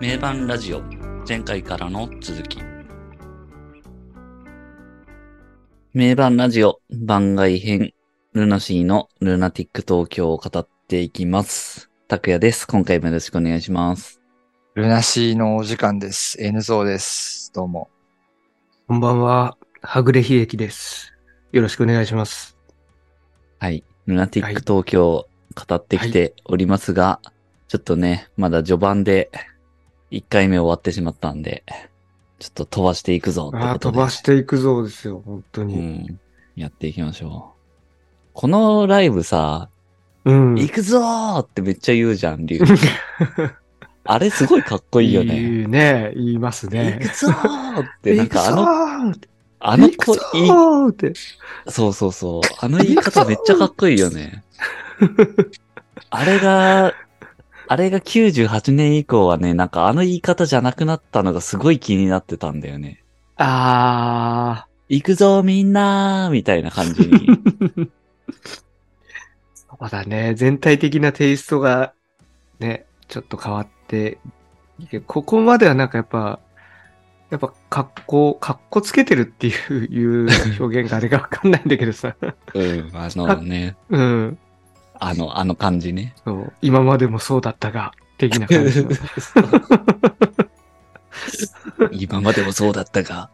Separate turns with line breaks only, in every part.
名盤ラジオ前回からの続き名盤ラジオ番外編ルナシーのルナティック東京を語っていきます拓也です今回もよろしくお願いします
ルナシーのお時間です。N ゾーです。どうも。
こんばんは、はぐれひえきです。よろしくお願いします。
はいルナティック東京を語ってきておりますが、ちょっとねまだ序盤で1回目終わってしまったんでちょっと飛ばしていくぞってことで
ああ、飛ばしていくぞうですよ、本当
う
に。
ん。やっていきましょう。このライブさ、
うん。
行くぞーってめっちゃ言うじゃん、リュウ。あれすごいかっこいいよね。
言うね、言います
行
ね。
くぞー って、なんかあの、
の、
あ
あ
の
の
子、いい、
子、って。
そうそうそう。あの言い方めっちゃかっこいいよね。あれが、あれが98年以降はね、なんかあの言い方じゃなくなったのがすごい気になってたんだよね。
ああ、
行くぞーみんなーみたいな感じに。
そうだね、全体的なテイストが、ね、ちょっと変わって、ここまではなんかやっぱ、やっぱ、格好、格好つけてるっていう、いう表現があれがわかんないんだけどさ。
うん、あのね、
うん。
あの、あの感じね。
そう今までもそうだったが、的な感 じの。
今までもそうだったが、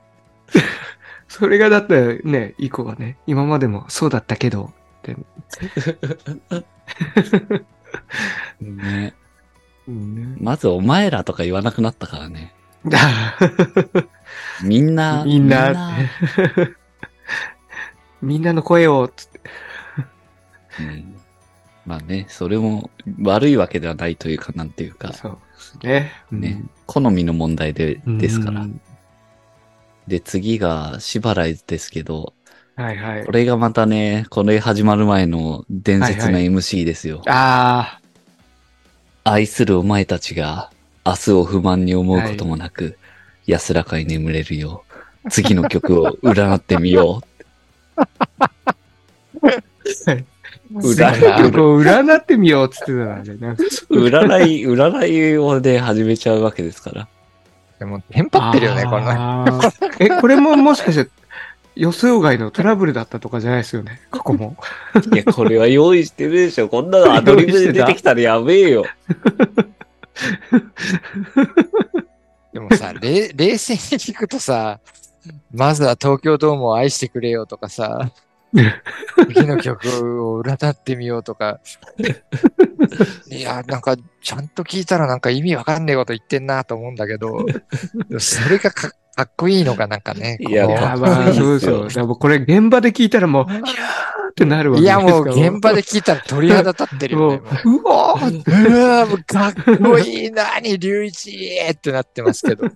それがだってね、以降はね、今までもそうだったけど、
ね、まずお前らとか言わなくなったからね。みんな、
みんな みんなの声を、つって
みんなうんまあね、それも悪いわけではないというか、なんていうか、
そうですね。
ね、好みの問題で、
うん
ですから
う。ん
で、次がシバライズですけど、
はいはい
こ。れがまたね、これ始まる前の伝説の
はい
MC ですよ。
あ
愛するお前たちが明日を不満に思うこともなく、安らかに眠れるよう、次の曲を占ってみよ
あ、
占い
こう占ってみようっつってたな、じゃあなんか
う。 占い、占いをね、始めちゃうわけですから。
でも、テンパってるよね、このね。
あー え、これももしかして、予想外のトラブルだったとかじゃないですよね、こ こも。
いや、これは用意してるでしょ。こんなのアドリブで出てきたらやべえ よ。
でもさ、れい冷静に聞くとさ、まずは東京ドームを愛してくれよとかさ、次の曲を占ってみようとか。いや、なんか、ちゃんと聞いたらなんか意味わかんねえこと言ってんなと思うんだけど、でもそれがかかっこいいのがなんかね。
いや
こ
い
う
や
やばい、そうですよ。だからもうこれ現場で聞いたらもう、ヒャーってなるわけ
い
です
や、
から
もう現場で聞いたら鳥肌立ってるよ
も
ね。
う
もう、
うわー
うわーもうかっこいいなに、隆一ってなってますけ ど。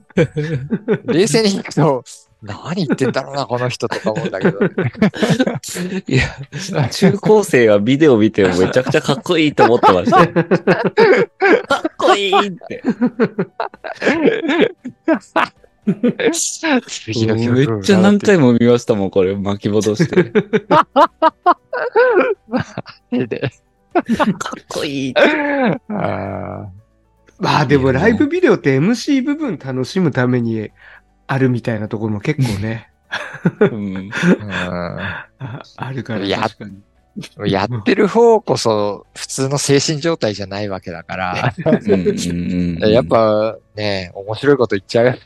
冷静に聞くと、何言ってんだろうな、この人とか思うんだけど。
いや、中高生はビデオ見てもめちゃくちゃかっこいいと思ってま したよ。かっこいいって。
次の曲
めっちゃ何回も見ましたもん、これ。巻き戻して。か
で。
っこいい。
あ
まあでもライブビデオって MC 部分楽しむためにあるみたいなところも結構ね、
うん
ー
ああるから
いや
確かに。
うんやってる方こそ普通の精神状態じゃないわけだから、
うんうんうん
やっぱね、面白いこと言っ ちゃう。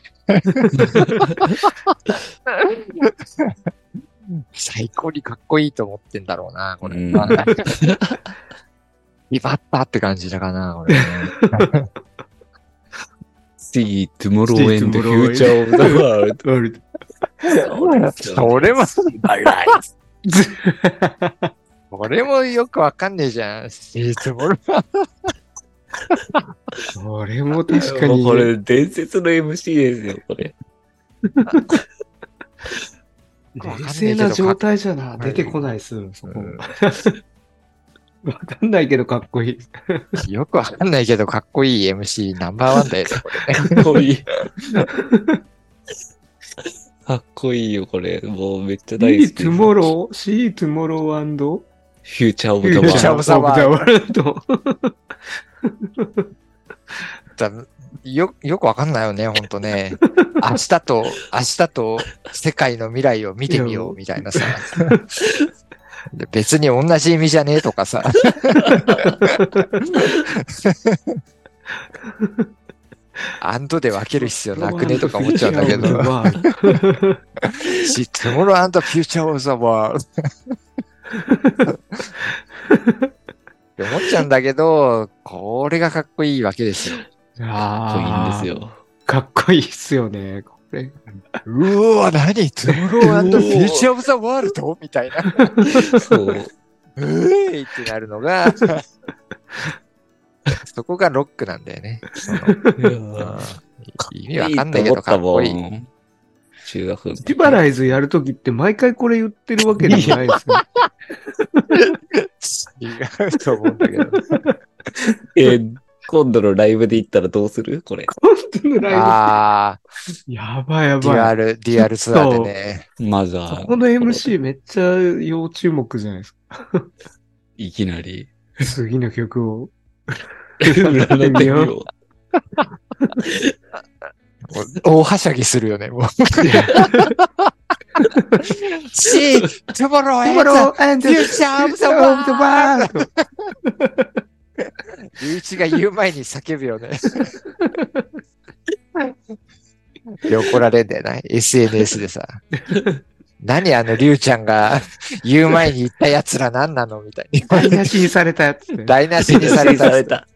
最高にかっこいいと思ってんだろうな、これ。
うん
まあ威張ったって感じだかな、俺ね。
See tomorrow and the
tomorrow and-
future of the world.
悪
それも、
バイバイ。
俺もよくわかんねえじゃん。いつも
それも確かに。
これ伝説の MC ですよ、これ。
冷静な状態じゃな、出てこないっすよ、そこ。 わかんないけどかっこい い。
よくわかんないけど、かっこいい MC ナンバーワンだよね、これね。
かっこいい。かっこいいよ、これ。もうめっちゃ大
See
好き。フ
tomorrow, see tomorrow and
ューチャーオブ
future
ザワー
Future
of the world.
だ よ、よくわかんないよね、ほんとね。明日と、明日と世界の未来を見てみよう、みたいなさ。で別に同じ意味じゃねえとか さ。アンドで分ける必要なくねとか思っちゃうんだけ ど。し、tomorrow and the future of the world って思っちゃうんだけど、これがかっこいいわけですよ。
濃いん
あ
です
ー
よ。
かっこいいっすよね。これ。
うわ、何 ?Tomorrow and the future of the world? みたいな。
そう。
うえいってなるのが、 そこがロックなんだよね。その意味わかんないけどかっこい
と思っ
い。
たもん。中学の時。
リバライズやるときって毎回これ言ってるわけでもないですね。
違うと思うんだ けど。
えー今度のライブで行ったらどうするこれ。
本当のライ
ああ、
ブ。やばいや
デュ
ば
ア
い。
ル、デュアルツアーでね。
まあじゃ
そ
あ、
この MC めっちゃ要注目じゃないですか。
いきなり。
次の曲を。
占ってみよう。
お大はしゃぎするよね、もう。シー、トゥモローエンザ、
Tomorrow and
フ
the
ューチャーオブ
future
ザワ
of
ー
the
ル
world!
ゆういちが言う前に叫ぶよね。で、怒られんだよな。SNS でさ。何あの、りゅうちゃんが言う前に言ったやつら何なのみたいに。
台無しにされたやつね。
台無しにされた。
た。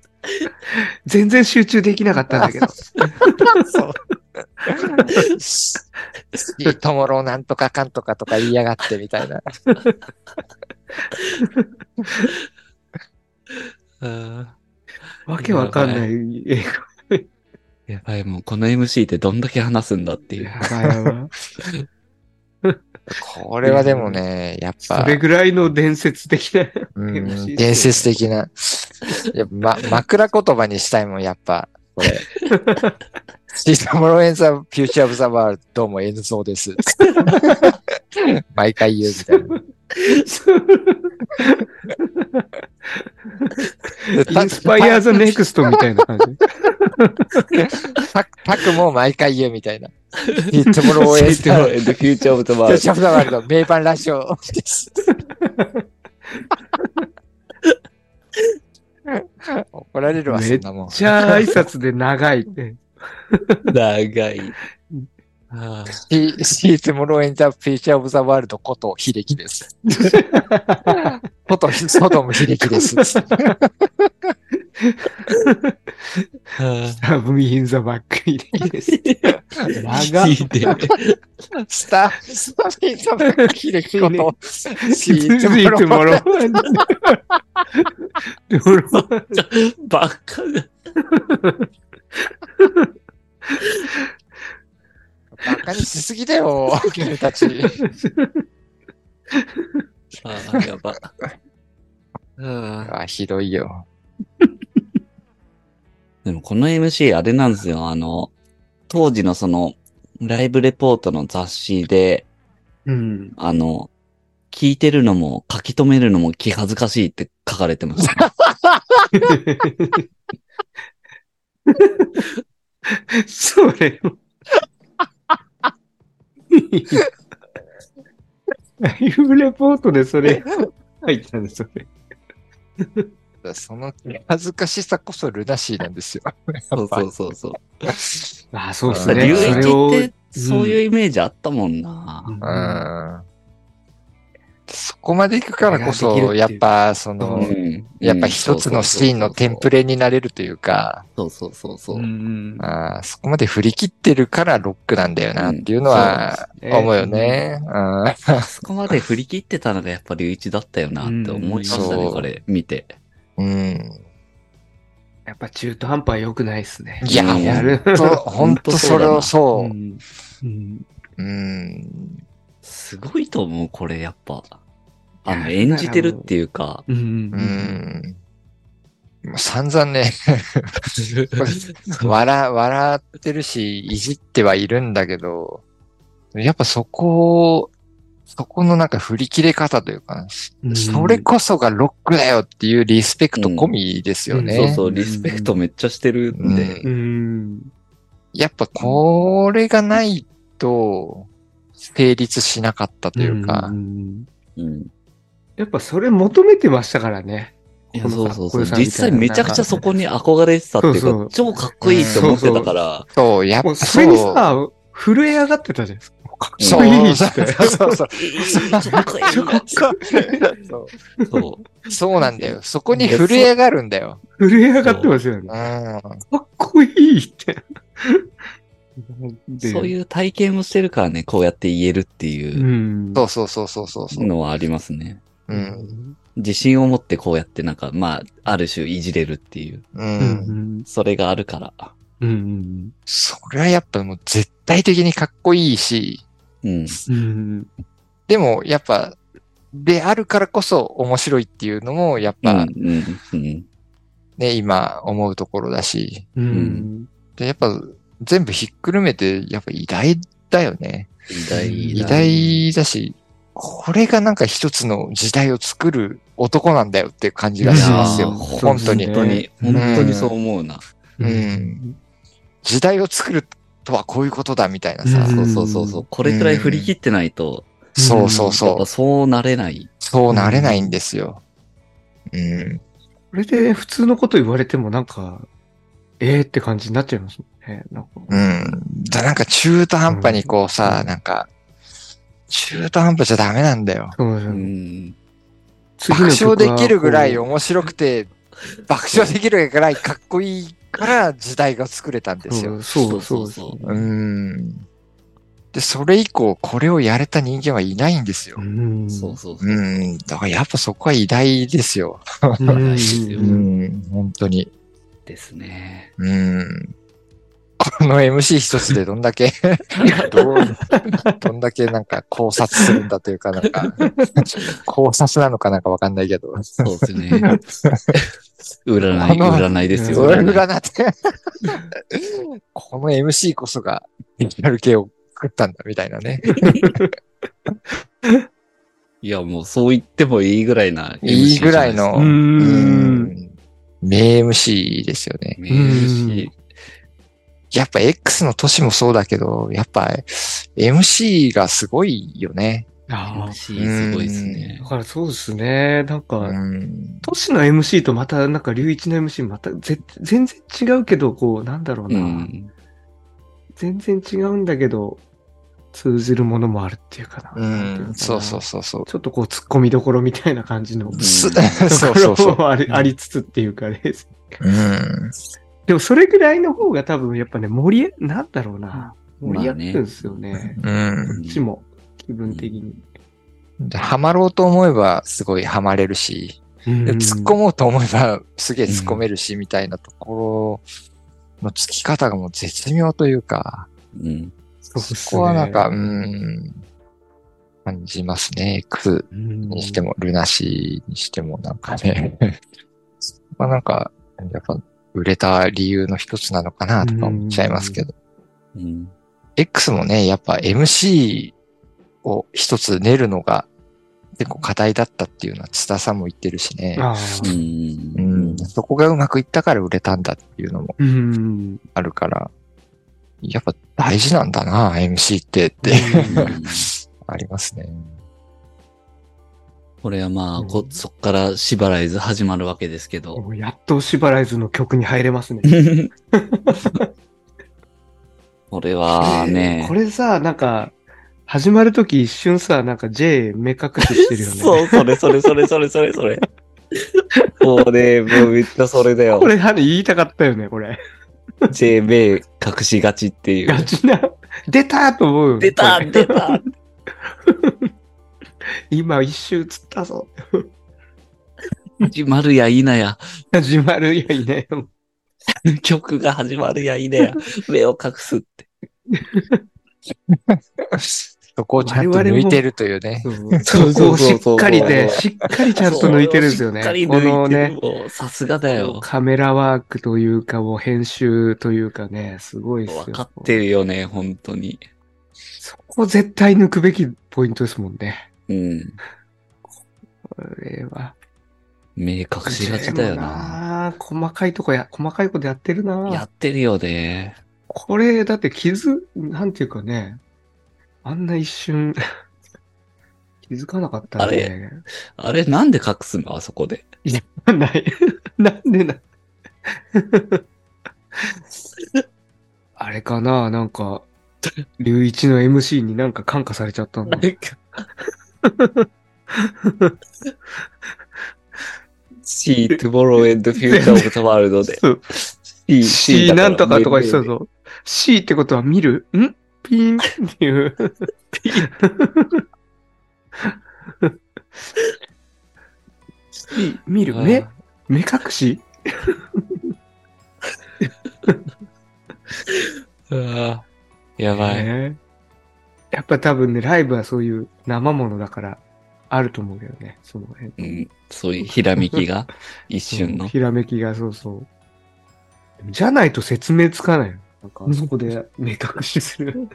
全然集中できなかったんだけど。
そう。しトモローなんとかかんとかとか言いやがってみたいな。
あ
わけわかんない映
ーやばい、もうこの MC ってどんだけ話すんだって
画。
いう。
やばいやばい
これはでもね、やっぱ
そ、れぐらいの伝説的な。
うん伝説的な。やっぱま、枕言葉にしたいもん、やっぱ。これ。シートモローエンザフューチャーオブザワールド、どうも演奏です。毎回言うみたいな。
インスパイアーザネクストみたいな感じ。
タタクも毎回言うみたいな。シートモローエンザ
Tomorrow and the future of the
フュー
world.
チャーオブザワールド、名盤ラジオです。怒られるわ、そんなもん。
じゃあ挨拶で長いって。
長い。あー
シシーツモロエンザフィーチャーオブザワールドこと秀樹です。ことソドム秀樹です。
あ
ラブミーインザバック 入りです。
ー。
長っ
聞いて。
スター、スターミートバック秀樹ことシーツモロ
もらわない。
ばっかだ。
バカにしすぎだよ、君たち。
あーやば。あー
あひどいよ。
でもこの MC あれなんですよ。あの、当時のその、ライブレポートの雑誌で、
うん。
あの、聞いてるのも書き留めるのも気恥ずかしいって書かれてま したね、
そ れも。ライブレポートでそれ入ったんですよね。
その恥ずかしさこそルナシーなんですよ。
そうそうそうそう。
ああ、そう
っ
ですす
ね
ね。
龍一
それを
ってそういうイメージあったもんな。
うん。そこまで行くからこそ、やっぱ、その、
うん
ん
やっぱ一つのシーンのテンプ
レ。
レになれるというか、
そうそうそうそうう。
ん
あーそこまで振り切ってるからロックなんだよなっていうのは思うよ。ね。うん
そこまで振り切ってたのがやっぱり一だったよなって思いました
うん
ね、
そう
これ見て。
うん。
やっぱ中途半端は良くないですね。
いや
やる。
そう、ほんとそれを
う
そ
んうん
う。うん。
すごいと思う、これやっぱ。あの、演じてるっていう か。
うん
う。ん。もう散々ね、 笑、笑ってるし、いじってはいるんだけど、やっぱそこを、そこのなんか振り切れ方というか、
うん
それこそがロックだよっていうリスペクト込みですよね。
ん
そうそう、リスペクトめっちゃしてるんで。
うん。
やっぱこれがないと成立しなかったというか、
ん
うん。
やっぱそれ求めてましたからね。
いや、
こ
そ
の
う
かっ
そ
こ
う
よ
そ
さ
う。
みたいな
実際めちゃくちゃそこに憧れてたっていうか、
そうそう
超かっこいいと思ってたから、
そう、やっ
も
ぱ
うそれにさ、震え上がってたじゃないですか。かっ
そ
こ
う
いい っ
そう
て。
そうそう。
かっこいい
かっこ
そう
そう。
そうなんだよ。そこに震え上がるんだよ。
震え上がってますよ
うん
ね。。かっこいいって。で
そういう体験をしてるからね、こうやって言えるっていう
うん。
そうそうそうそうそうそう。
のはありますね。
う。
うんん。
自信を持ってこうやってなんか、まあ、ある種いじれるっていう。
う。
うんん。
それがあるから。
うん。
それはやっぱもう絶対的にかっこいいし、
うん。
うん。
でもやっぱ、であるからこそ面白いっていうのも、やっ
うん
ぱね、。
うん。
今思うところだし、
うんん。
でやっぱ全部ひっくるめて、やっぱ偉大だよね。
偉大。
偉大だし、これがなんか一つの時代を作る男なんだよっていう感じが
い
し
や
ま
ー
すよ。
本
本
当
当
に。
に。
本当に、
うん
本当にそう思うな。
うん。時代を作るとはこういうことだみたいなさ。
うん
そうそうそうそう。これくらい振り切ってないと、
そうそう
やっ
そ
ぱ
う。
そうなれない。
そうなれないんですよ。うん。
これで普通のこと言われてもなんか、ええって感じになっちゃいますもんね。なんか
うん。だなんか中途半端にこうさ、なんか、中途半端じゃダメなんだよ。
そうです
う
よね
ん。
次
爆
の曲は
笑できるぐらい
こ
面白くて、爆笑できるぐらいかっこいいから時代が作れたん
う
ですよ。
そうそ
そ
うそ
そ
う
う
う。
うん。で、それ以降、これをやれた人間はいないんですよ。
ん
そうそうそう。
うん。だからやっぱそこは偉大ですよ。
うん
うん。本当に。
です ね。
うん。この MC 一つでどんだけどう、どんだけなんか考察するんだというか、なんか、考察なのかなんかわかんないけど。
そうですね。 占い、
あの
占いですよ。
それ
占い
がなって、この MC こそがビジュアル系を作ったんだみたいなね。
いや、もうそう言ってもいいぐらいな。
いいぐらいの。
う。
うんん名 MC ですよね。
MC じゃないですか。
やっぱ X の年もそうだけど、やっぱ MC がすごいよね。
あ
MC すごいです
あ
ね
だ。からそうですね。なん
う
か、
ん。
都市の MC とまた、なんか、龍一の MC またぜ、全然違うけど、こう、なんだろう
う
な。
ん。
全然違うんだけど、通ずるものもあるっていうかな。
う
なんていのか
ん。
な
そうそうそうそう。
ちょっとこう、突っ込みどころみたいな感じの。
ん
す
と
そうそう
こ
そ
ろ
う。
もありありつつって いうかね。
うん。
でもそれぐらいの方が多分やっぱね、盛りえ、なんだろうな。
うん
盛り上がるんですよね。
う
こっちも、気分的に。
ん。でハマろうと思えばすごいハマれるし、で突っ込もうと思えばすげえ突っ込めるし、みたいなところのつき方がもう絶妙というか、
うん。
そうっすね
そこはなんか、うん、感じますね。X
うん
にしても、ルナシーにしてもなんか ね。まあなんか、やっぱ売れた理由の一つなのかなとか思っちゃいますけど。
うん。
X もね、やっぱ MC を一つ練るのが結構課題だったっていうのは津田さんも言ってるしね。
ああ。
うん。
うん、そこがうまくいったから売れたんだっていうのも
うん。
あるから、やっぱ大事なんだな、MC ってって
うん
ありますね。
これはまあ、
うん
こ、そっからしばらいず始まるわけですけど。
もうやっとシバライズの曲に入れますね。
これはね
こ。れさ、なんか、始まるとき一瞬さ、なんか J 目隠ししてるよね。
そう、それそれそれそれそれそれ。これ、もうめっちゃそれだよ
こ。れ、はね、言いたかったよね、これ。
j b 隠しがちってい
ガ
う。
チな。出たと思うよね。
出た
これ
出た
今一周映ったぞ。
始まるや否や。
始まるやいないよ。
曲が始まるや否や。目を隠すって。
そこをちゃんと抜いてるというね。
そ
そうう
そ
そうう
そう
し
そう
っかりね、しっかりちゃんと抜いてるんですよね。
しっかり
この
抜
ね
い、てる。もうさすがだよ。
カメラワークというか、もう編集というかね、すごいですよ。
分かってるよね、本当に。
そこ絶対抜くべきポイントですもんね。
うん。
これは。
目隠しがちだよな。
でもな。細かいとこや、細かいことやってるな。
やってるよね。
これ、だって傷、なんていうかね、あんな一瞬、 気づかなかったんで、ね。
あれ、なんで隠すのあそこで。
ない。 なん でな。あれかななんか、龍一の MC になんか感化されち ゃったの。
See tomorrow and the future of the world で。
そう
C,
C なんとかとか言ってた
ぞ。
ぞ。C ってことは見るんピーンっていう。C 見る目目隠し
うわぁやばい。
ねやっぱ多分ね、ライブはそういう生ものだから、あると思うけどね、その辺。
うん、そういうひらめき が一瞬
そう
の。
ひらめきが、そうそう。じゃないと説明つかないよ。なんか、あそこで目隠しす る。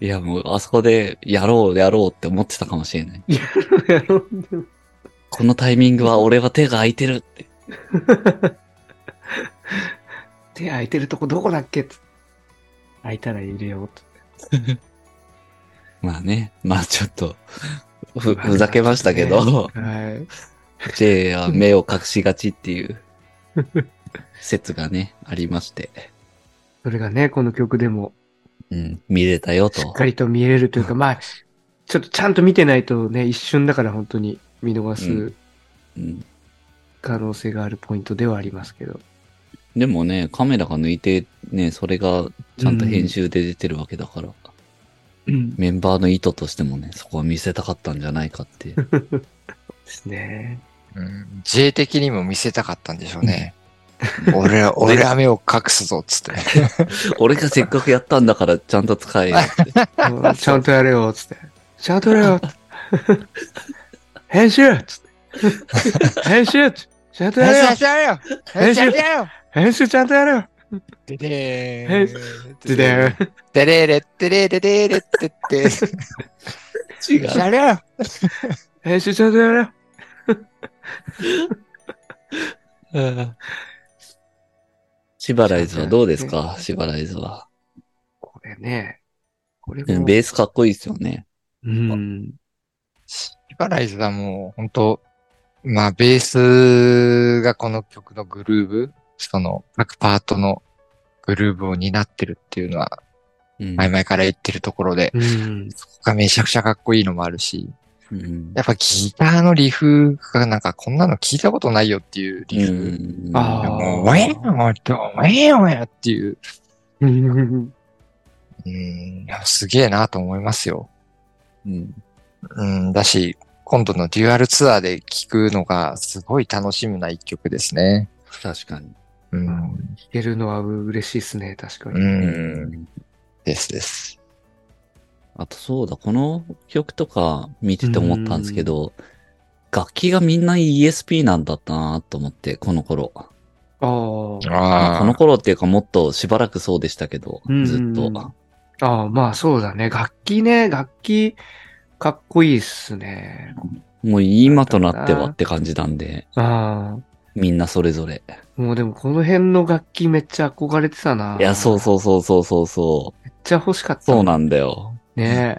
いや、もう、あそこでやろう、やろうって思ってたかもしれない。
やろうね
このタイミングは俺は手が空いてるって。
手空いてるとこどこだっけつって空いたら入れようと。
まあね、まあちょっと、ふ、ふざけましたけど、
はい。
J は目を隠しがちっていう説がね、ありまして、
それがね、この曲でも、
うん、見れたよ
しっ
と。
かりと見れるという か、まあ、ちょっとちゃんと見てないとね、一瞬だから本当に見逃す
うん、
可能性があるポイントではありますけど。
でもね、カメラが抜いて、ね、それがちゃんと編集で出てるわけだから、
うん。で
メンバーの意図としてもね、そこは見せたかったんじゃないかって。
すね。
うん、J 的にも見せたかったんでしょうね。俺は、俺は目を隠すぞ、つって。
俺がせっかくやったんだからちゃんと使えよって。
うんちゃんとやれよ、つって。ちゃんとやれよ。編集つって。編集ちゃんとやれよ。
てやれよ
編集
れよ
編集ちゃんとやれよ。
でで
編
ーん
でで
でれれってれれれれってって。
違う。
やれよ
編集ちゃんとやれ よ。
シバライズはどうですかシバライズは。
これね。これ
ね
も。
ベースかっこいいですよね。
うん。
シバライズはもう、本当まあ、ベースがこの曲のグルーブ、その、各パートのグルーブを担ってるっていうのは、
うん
前々から言ってるところで、
うん。
ここがめちゃくちゃかっこいいのもあるし、
うん
やっぱギターのリフがなんかこんなの聞いたことないよっていうリ
う
フ。
ん
あー
もう、わやもう、どうやもやっていう。
うん
うん、いやすげえなと思いますよ。
うん
うん、だし、今度のデュアルツアーで聴くのがすごい楽しみな一曲ですね。
確かに。
うん、
弾けるのは嬉しいですね、確か
う
に。
ん、ですです。
あとそうだ、この曲とか見てて思ったんですけど、楽器がみんな ESP なんだったなと思って、この頃。
ああ。
まあこの
あ
頃っていうかもっとしばらくそうでしたけど
う、ん
ずっと。
ああ、まあそうだね。楽器ね、楽器、かっこいいっすね。
もう今となってはって感じなんで、
あ
みんなそれぞれ。
あ、もうでもこの辺の楽器めっちゃ憧れてたな。
いや、そう
う。
そうそうそうそうそう。
めっちゃ欲しかった。
そうなんだよ。
ね。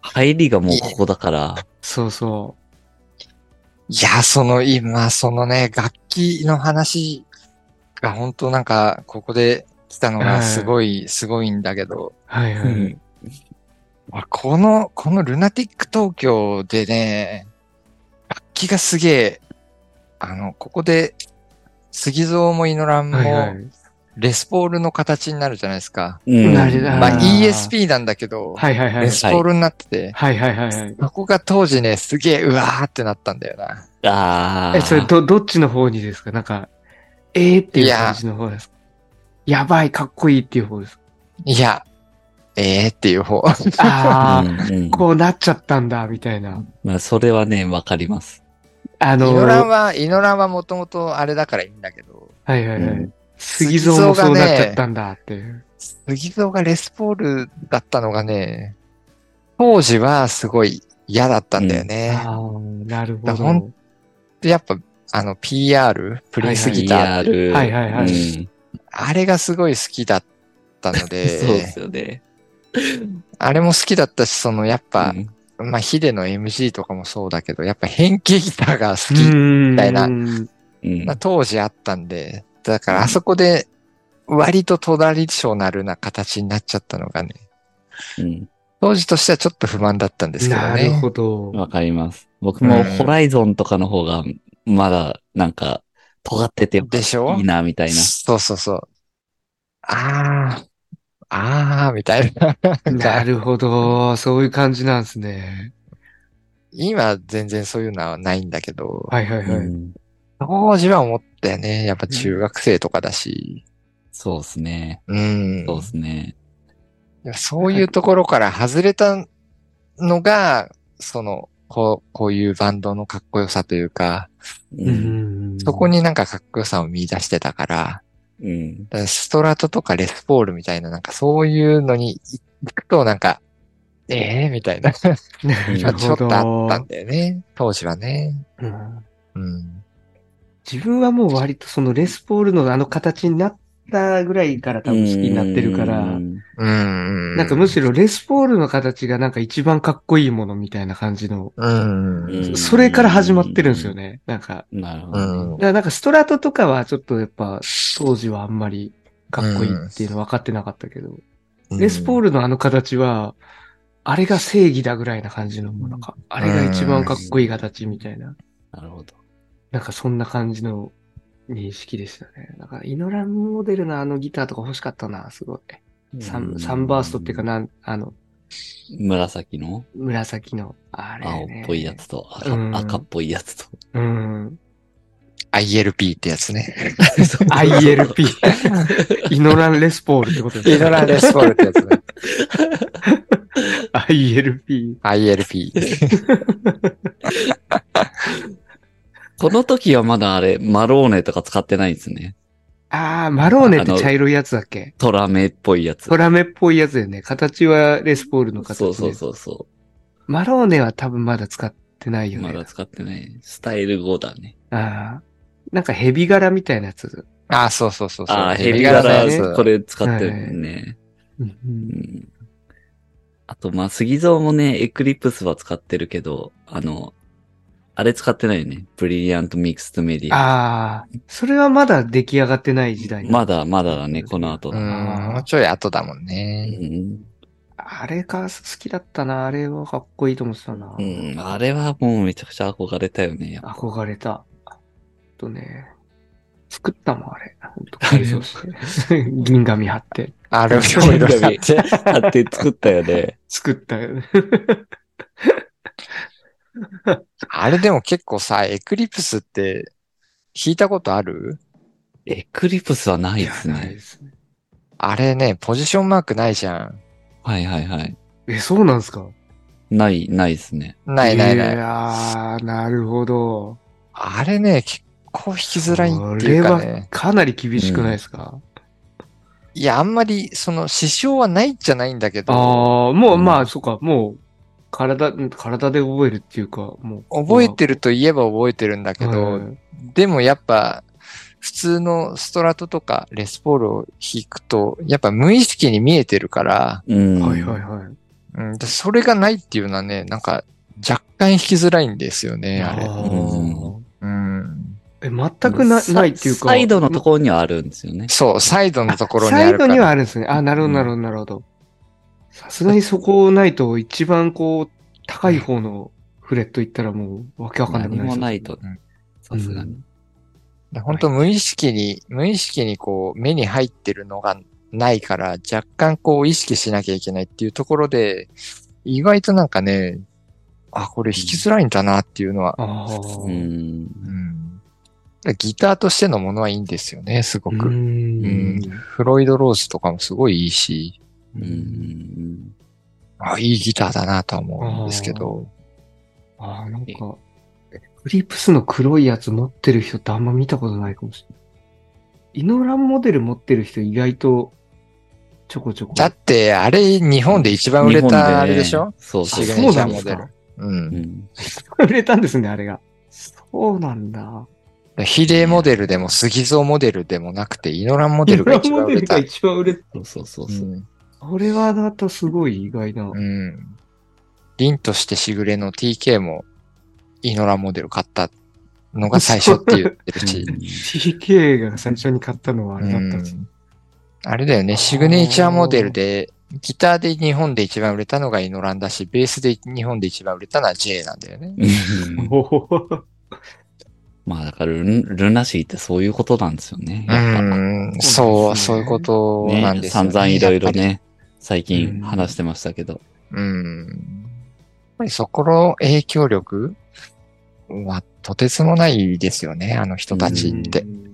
入りがもうここだから、
そうそ
いや、その今、そのね、楽器の話が本当なんか、ここで来たのがすごい、すごいんだけど、
う。はいはい。
うん
まあこの、このルナティック東京でね、楽器がすげえ、あの、ここで、杉蔵もイノランも、
はいはい。
レスポールの形になるじゃないですか。
うん
なるなあー
まあ ESP なんだけど、
はいはいはい
レ。スポールになってて、
はいはいはいはい。
そこが当時ね、すげえ、うわーってなったんだよな。
あー
え、それど、どっちの方にですかなんか、えーっていう感じの方ですかやばい、かっこいいっていう方ですか
いや、ええー、っていう方。
ああ、
うんうん
こうなっちゃったんだ、みたいな。
まあ、それはね、わかります。
あ
イ
のー、
ノランは、イノランはもともとあれだからいいんだけど、
はいはいは
う
い。杉蔵もそうなっちゃったんだっていう。
杉蔵がレスポールだったのがね、当時はすごい嫌だったんだよね。
ああ、なるほ
だ
ど。
からほんで、やっぱ、あの、PR、プレイスギターっていう
PR。
はいはいはい
うん
あれがすごい好きだっったので、
そうですよね。
あれも好きだったし、そのやっぱ
う、ん
まあヒデの MC とかもそうだけど、やっぱ変形ギターが好き
み
たいな
うん
まあ、当時あったんで、だからあそこで割とトラディショナルな形になっちゃったのがね、
うん
当時としてはちょっと不満だったんですけど
なる
ね。
ほど。
わかります。僕も
うん
ホライゾンとかの方が、まだ、なんか、尖ってて、
でしょ
いいな、みたいな。
そうそうそう。あー、あー、みたい な。なん
な
か
るほど。そういう感じなんですね。
今全然そういうのはないんだけど、
はいはいはい。
うん
当時は思ったよね。やっぱ中学生とかだし。
そうですね。
うん。
そうですね。
そういうところから外れたのが、その、こう、こういうバンドのかっこよさというか、
う
そこ
に、
になんかかっこよさを見出してたから、
うん。
だからストラトとかレスポールみたいな、なんかそういうのに行くとなんか、ええみたいな、ちょ
なるほ
っとあったん
ど。
だよね、当時はね。
うん
うん。
自分はもう割とそのレスポールのあの形になったぐらいから多分好きになってるから
う、ん
うん。
なんかむしろレスポールの形がなんか一番かっこいいものみたいな感じの、
うん。うん。
うん
それから始まってるんですよね。なんか、
なるほ
う
どね。
ん
だ。からなんかストラトとかはちょっとやっぱ当時はあんまりかっこいいっていうの分かってなかったけど、レスポー
ル。
ルのあの形は、あれが正義だぐらいな感じの、もうなんか、あれが一番かっこいい形みたいな。
なるほど。
なんかそんな感じの認識でしたね。だから、イノランモデルのあのギターとか欲しかったな、すごい。サンサンバーストっていうか
な。
なん、あの、
紫の
紫の、あれ、ね。
青っぽいや。つと赤
うん
赤っぽいやつと。
うん。
ILP ってやつね。
ILP。イノランレスポールってこと
イ
です
ノランレスポールってやつ ね。
ILP。
ILP。
この時はまだあれ、マローネとか使ってないんですね。
あー、マローネって茶色いやつだっけ
トラメっぽいやつ
ト。ラメっぽいやつだよね。形はレスポールの形、。
そうそうそうそう。
マローネは多分まだ使ってないうよね。
まだ使ってない。スタイル5だね。
ああ。なんかヘビ柄みたいなやつ。
あ、そうそうそうそう。
ああ、ヘビ
柄
柄
の
だ
や
ね
つ。
これ使ってるね。うんあと、まあ、杉蔵もね、エクリプスは使ってるけど、あの、あれ使ってないよね。ブリリアントミックスとメディア。
ああ、それはまだ出来上がってない時代
まだまだだね、この後
う
だ。
ん。もうちょい後だもん
う
ね。
ん。
あれが好きだったな。あれはかっこいいと思ってたな。
うん。あれはもうめちゃくちゃ憧れたよね。
憧れた。あとね、作ったもん、あれ。ほんと改造して。 銀紙貼って。
あれをいろいろやって。
あって作ったよね。
作ったよね。
あれでも結構さ、エクリプスって聞いたことある
エクリプスはないで
いや
す
ない
ね
で。すね。
あれね、ポジションマークないじゃん。
はいはいはい。
え、そうなんですか
ない、ないですね。
ないないない。
やー、なるほど。
あれね、結構引きづらいっていうか
これは
ね。
かなり厳しくないですか、
いや、あんまり、その、支障はないんじゃないんだけど、
ああ、もう、
うん
まあ、そうか、もう、体、体で覚えるっていうか、もう。
覚えてると言えば覚えてるんだけ
は
ど
い、
でもやっぱ、普通のストラトとかレスポールを弾くと、やっぱ無意識に見えてるから、
うん。
はいはいはい。
うん、でそれがないっていうのはね、なんか、若干弾きづらいんですよね、あ
あ
れ。
ー
うん。
え、全くな
さ
ないっていうか。
サイドのところにはあるんですよね。
そう、サイドのところにあ
サ
る
イ
から。
ドにはあるんですね。あ、なるほどなるほどなるほど。さすがにそこないと、一番こう、高い方のフレット行ったらもう、わけわかんなくな
何
い
もないと
うん。
さすがに。
で本当無意識に、無意識にこう、目に入ってるのがないから、若干こう、意識しなきゃいけないっていうところで、意外となんかね、あ、これ弾きづらいんだなっていうのは、
ああ。
う。
う
う
ん
んギターとしてのものはいいんですよね、すご
ー
く。
ん。
フロイド・ローズとかもすごいいいし、
うんうん。
あ、いいギターだなとは思うんですけど、
ああ、なんか、クリプスの黒いやつ持ってる人ってあんま見たことないかもしれない。イノランモデル持ってる人意外とちょこちょこ。
だって、あれ、日本で一番売れたあれでしょ
そう
シ
そう
グ
そ
あ
う。
ネチャーモ
そうなんです
デ
か
ル。うん
う。ん
売れたんですね、あれが。そうなんだ。
ヒデモデルでも、杉蔵モデルでもなくて、イノランモデルが一番売れた。
一番売れた。
そうそうそう
う
そう。
ん。
これはまたすごい意外な。
うん。凛としてしぐれの TK も、イノランモデル買ったのが最初って言ってるし。
TK が最初に買ったのはあれだったんですね。
あれだよね、シグネチャーモデルで、ギターで日本で一番売れたのがイノランだし、ベースで日本で一番売れたのは J なんだよね。
うんうん
おー
まあだからルン、ルナシーってそういうことなんですよね。
う
やっ
ん、
そ
そうう、
ですね
そういうこと
ぱ。
なん
ね、
ですよ
散
ね。
々いろいろ
やっ
ね、最
うん
近話してましたけど。
ぱり。うん。やっぱりそこの影響力はとてつもないですよね、あの人たちって。うん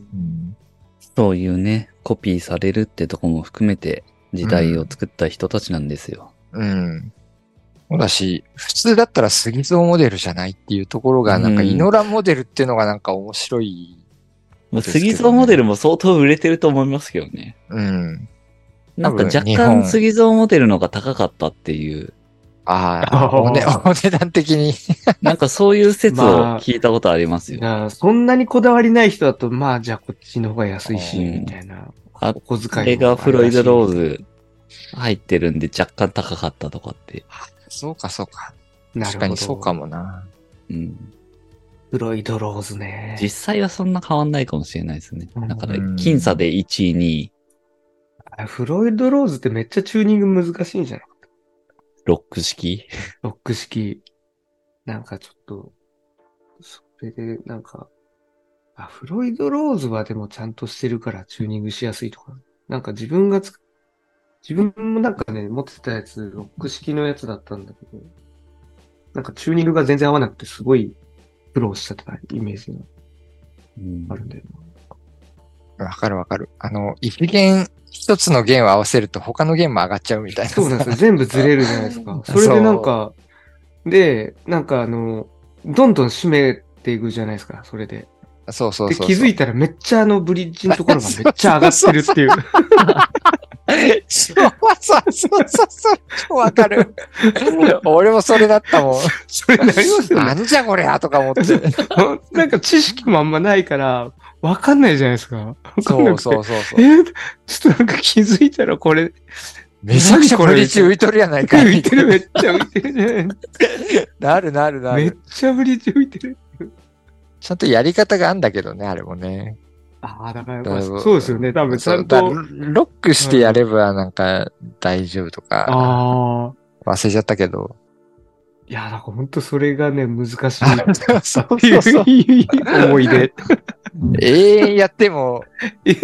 そういうね、コピーされるってとこも含めて、時代を作った人たちなんですよ。
うん。そうだし、普通だったら杉蔵モデルじゃないっていうところが、なんか
うん
イノランモデルっていうのがなんか面白い。
まあ
ですけどね
杉蔵モデルも相当売れてると思いますけどね。
うん。
なんか
多分
若
日本
干杉蔵モデルの方が高かったって いう、
あ
あ
あ、
ー
お,、ね、お値段的に。
なんかそういう説を
まあ
聞いたことありますよ。
だからそんなにこだわりない人だと、まあじゃあこっちの方が安いし、
うん
みたいな。
あ
お小遣いの方
こ
が
れがフロイドローズ入ってるんで若干高かったとかって。
そうか、そうか。
な
確
るほ
か
ど。
にそうかもな。
うん、
フロイドローズね。
実際はそんな変わんないかもしれないですね。だから
うん、
僅差で1位、2位、
フロイドローズってめっちゃチューニング難しいんじゃない
ロック式。
ロック式。なんかちょっと、それでなんか、あ、フロイドローズはでもちゃんとしてるからチューニングしやすいとか。なんか自分がつ、自分もなんかね、持ってたやつ、ロック式のやつだったんだけど、なんかチューニングが全然合わなくてすごい苦労しちゃってたイメージが
うん
あるんだよ
わかるわかる。あの、一弦、一つの弦を合わせると他の弦も上がっちゃうみたい
な。
な。
そうなんですよ。全部ずれるじゃないで すか。それでなんか、で、なんかあの、どんどん締めていくじゃないですか、それで。
そうそう
で、
そう。
気づいたらめっちゃあのブリッジのところがめっちゃ上がってるっていう。
そうそうそうそうそう。わかる。俺もそれだったもん。
それなりますよ
な
ね。
んじゃこりゃとか思って。
なんか知識もあんまないから、わかんないじゃないですか。わかん
そ
なく
う
て
そうそうそう。
えーちょっとなんか気づいたらこれ、
めちゃくちゃこれ浮いとるやないかい。
浮いてる、めっちゃ浮いてるじゃない
なるなるな
めっ
る。
ちゃブリッジ浮いてる。
ちゃんとやり方があんだけどね、あれもね。
ああ、だから、
だいぶ
そうですよね。多分ちゃん
そう
と。
だロックしてやればなんか大丈夫とか、
ああ。
忘れちゃったけど。
いや、なんか本当それがね、難しい。
そうそうそう。
思い出。
永遠やっても、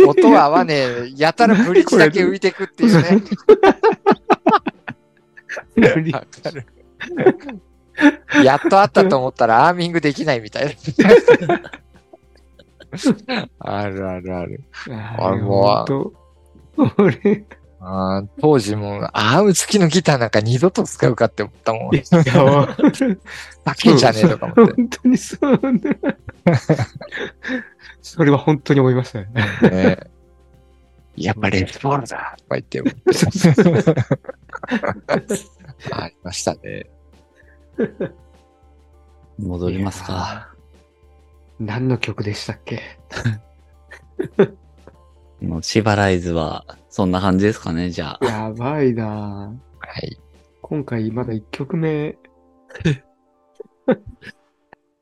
音は合わねえ。やたらブリッジだけ浮いてくっていうね。
ブ リ
わかる やっとあったと思ったらアーミングできないみたいな。あるあるある。
あれ
も
本当これ、
あー当時もう、アーム付きのギターなんか二度と使うかって思ったもん。
いや、わかる。
バけじゃねえとか思って。
本当にそうね。それは本当に思いましたね。
ねやっぱレフトボールだとか言って思って。ありましたね。
戻りますか。
何の曲でしたっけ
もうシバライズは、そんな感じですかね、じゃあ。
やばいなぁ
はい。
今回まだ1曲目。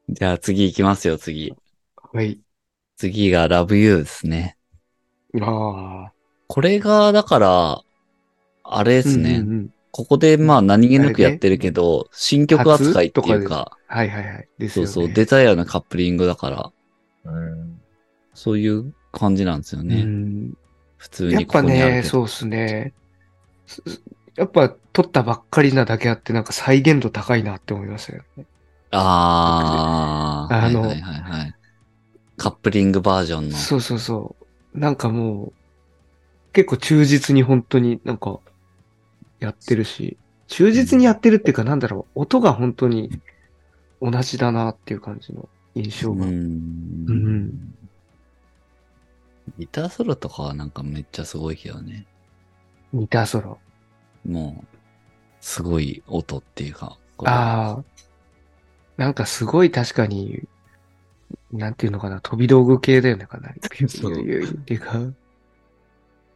じゃあ次行きますよ、次。
はい。
次が Love You ですね。
ああ。
これが、だから、あれですね。
うんうんうん
ここでまあ何気なくやってるけど、新曲扱いってい
初
う
と
か、
はいはいはい。です
そ
よ
う
ね。
そう、デザイアのカップリングだから、
うん
そういう感じなんですよね。
うん
普通
やっ
にこ
ぱ
こにあ
ね、
るけど。
そうっすね。すやっぱ撮ったばっかりなだけあって、なんか再現度高いなって思いましたよね。
ああ、
あの
はいはいはいはい。カップリングバージョンの。
そうそうそう。なんかもう、結構忠実に本当になんか、やってるし、忠実にやってるっていうかなんだろう、音が本当に同じだなっていう感じの印象
う。
が。うんん。
ギターソロとかはなんかめっちゃすごいけどね。
ギターソロ。
もう、すごい音っていうか。こう
ああ。なんかすごい確かに、なんていうのかな、飛び道具系だよね、かなり。ピュ
そう
ーピューピューっていうか。
こ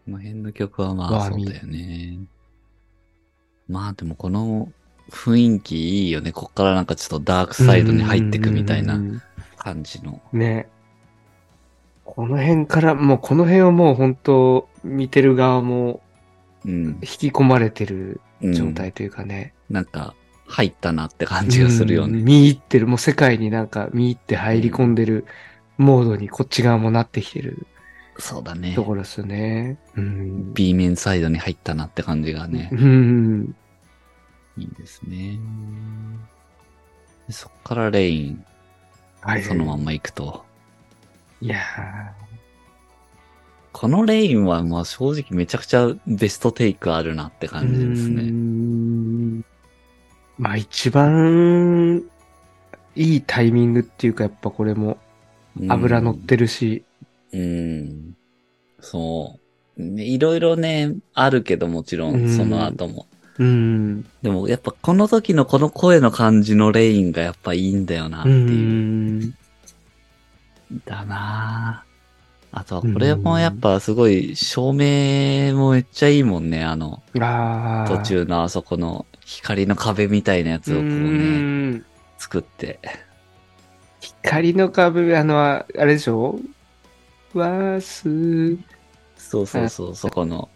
の辺の曲はま
わ
あ
あ
そうだよね。まあでもこの雰囲気いいよね。こっからなんかちょっとダークサイドに入ってくみたい
うん
な
うんうん
感じの。
うん。ね。この辺から、もうこの辺はもう本当、見てる側も
うん
引。き込まれてる
うん
状態というかね。
なんか入ったなって感じがするよ
う
ね。
ん見入ってる、もう世界になんか見入って入り込んでるモードにこっち側もなってきてる
そうだね
と。ころですよね。うん。
B 面サイドに入ったなって感じがね
う。ん。
いいですね。でそっからレイン、
はい。
そのまんま行くと。
いや
このレインはまあ正直めちゃくちゃベストテイクあるなって
ー
感じです
う
ね。
んまあ一番いいタイミングっていうかやっぱこれも油乗ってるし、
うん。そう。ねいろいろね、あるけどもちろ、
うんん
その後も。
うん。
でもやっぱこの時のこの声の感じのレインがやっぱいいんだよなって
う
いう。
ん。
だなぁあとはこれもやっぱすごい照明もめっちゃいいもんね。あの、
ああ。
途中のあそこの光の壁みたいなやつをこうね、
ん
作って。
光の壁、あの、あれでしょわす
そうそうそう、そこの。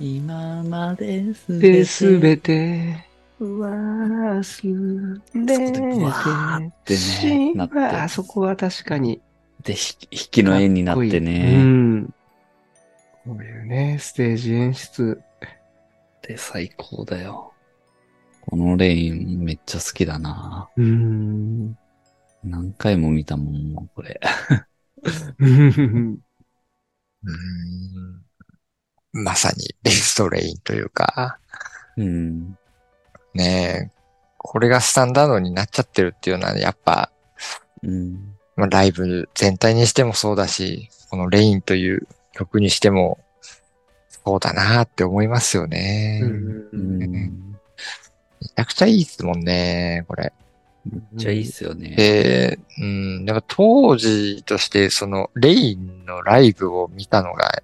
今まです
で
べ
す
て
べて、わす
そ
で
こでブワーってねなって
あそこは確かに。
で、ひ引きの絵になって
かっこいいう
ね。
ん。こういうね、ステージ演出。
で、最高だよ。このレインめっちゃ好きだな
うん。
何回も見たもん、もうこれ。
うんまさにベストレインというか、
うん。
ねえ、これがスタンダードになっちゃってるっていうのは、やっぱ、
うん。
まあライブ全体にしてもそうだし、このレインという曲にしても、そうだなって思いますよね。
う
うん
ん。
めちゃくちゃいいですもんね、これ。
めっちゃいいっすよね。
で、うん、やっぱ当時として、その、レインのライブを見たのが、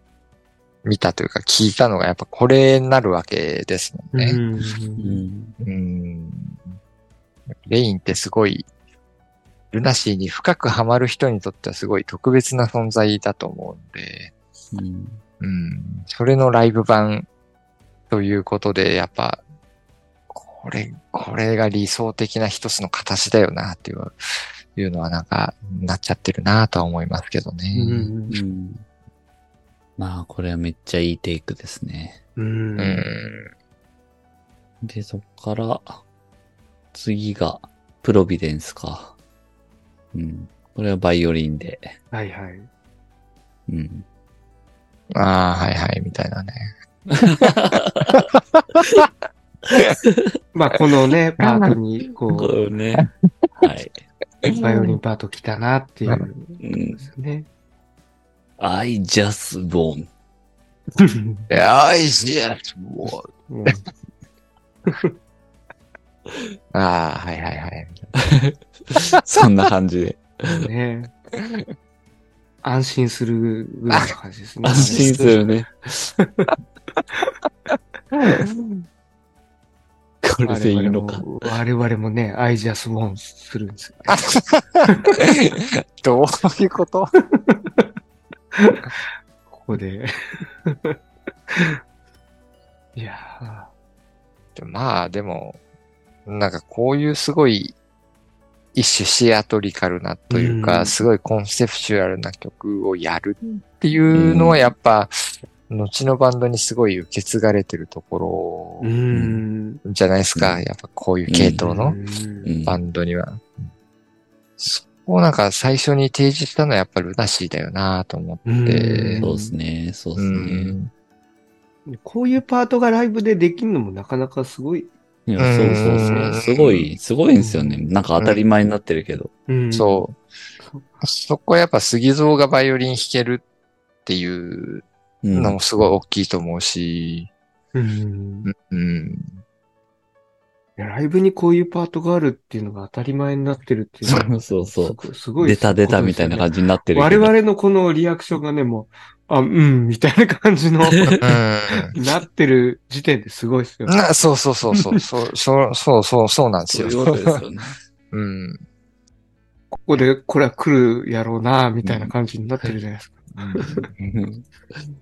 見たというか聞いたのが、やっぱこれになるわけですもんね。
うん
うん。
うんレインってすごい、ルナシーに深くハマる人にとってはすごい特別な存在だと思うんで、
うん。
うん、それのライブ版ということで、やっぱ、これ、これが理想的な一つの形だよな、っていう、いうのはなんか、なっちゃってるなとは思いますけど
う
ね。
ん
うん。まあ、これはめっちゃいいテイクですね。
うん
うん。
で、そっから、次が、プロビデンスか。うん。これはバイオリンで。
はいはい。
うん。
ああ、はいはい、みたいなね。
まあ、この ね、パートに、
こ
こ
れね。はい。
う、バイオリンパート来たなっていうこと
うん
で。すよね。
I just won.
いや、I just w
うん
ああ、はいはいはい。
そんな感じで。
ね安心するぐらいの感じですね。
安心するね。これでいいのか。
我々もね、I just won するんですよ。
どういうこと
ここで。 いやー
まあでも、なんかこういうすごい一種シアトリカルなというか、
うん
すごいコンセプチュアルな曲をやるっていうのはやっぱ、後のバンドにすごい受け継がれてるとこ
うーん。
ろじゃないですか。
う
やっぱこういう系統の
う
うん
ん
バンドには。そこをなんか最初に提示したのはやっぱルナシーだよなと思って。
うん
そうですね。そうで
う
すね。
ん
こういうパートがライブでできるのもなかなかすごい。
いや、そうそう
う
そ
ん
う。すごい、すごいんですよね。なんか当たり前になってるけど。
う
そう。
ん。
そこはやっぱ杉蔵がバイオリン弾けるっていう
うん
のもすごい大きいと思うし、
うん。
うん。
いやライブにこういうパートがあるっていうのが当たり前になってるっていうの
そ
が
うそうそ
す
う。
ごいすごい
出た出たみたいな
じ。
感じになってるけ
我
ど。
々のこのリアクションがね、もう、あ、うん、みたいな感 じの、
うん。
なってる時点ですごいですよ。
あそうそうそ うそう、そう、そう、そう、そう、そうなんです
そう
よ。
いうことですよ ね。
うん。
ここで、これは来るやろうな、みたいな感じになってるじゃないですか。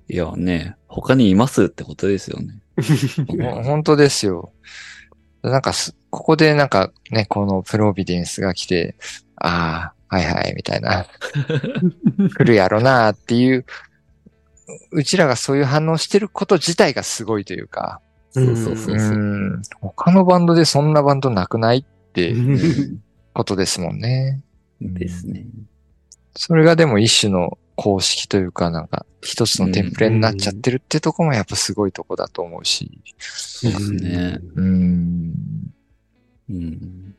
いやね、他にいますってことですよ ね。
ほ本当ですよ。なんかす、ここでなんかね、このプロビデンスが来て、ああ、はいはい、みた いな、来るやろなっていう、うちらがそういう反応してること自体がすごいというか、
そうそうそううそう。
ん、他のバンドでそんなバンドなくないって
うん
ことですもんね。
ですね。
それがでも一種の公式というか、なんか一つのテンプレになっちゃってるってとこもやっぱすごいとこだと思うし。
そうですね。
うん。
うん。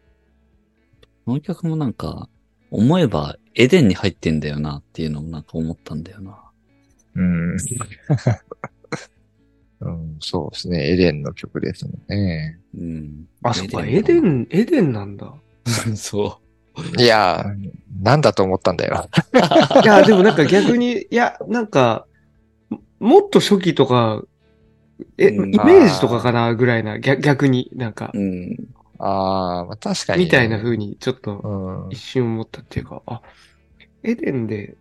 この曲もなんか、思えばエデンに入ってんだよなっていうのもなんか思ったんだよな。
うん。うん、そうですね。エデンの曲ですもんね。
うん。
あ、そっか、エデン、エデンなんだ。
ン。そ
いやー、なんだと思ったんだよ。
いや、でもなんか逆に、いや、なんか、ももっと初期とか、え、イ
うん
メージとかかな、ぐらいな、逆逆になんか
う。、うん。
ああ、まあ確かに、
みたいな風に、ちょっと
うん。
一瞬思ったっていうか、あ、エデンで、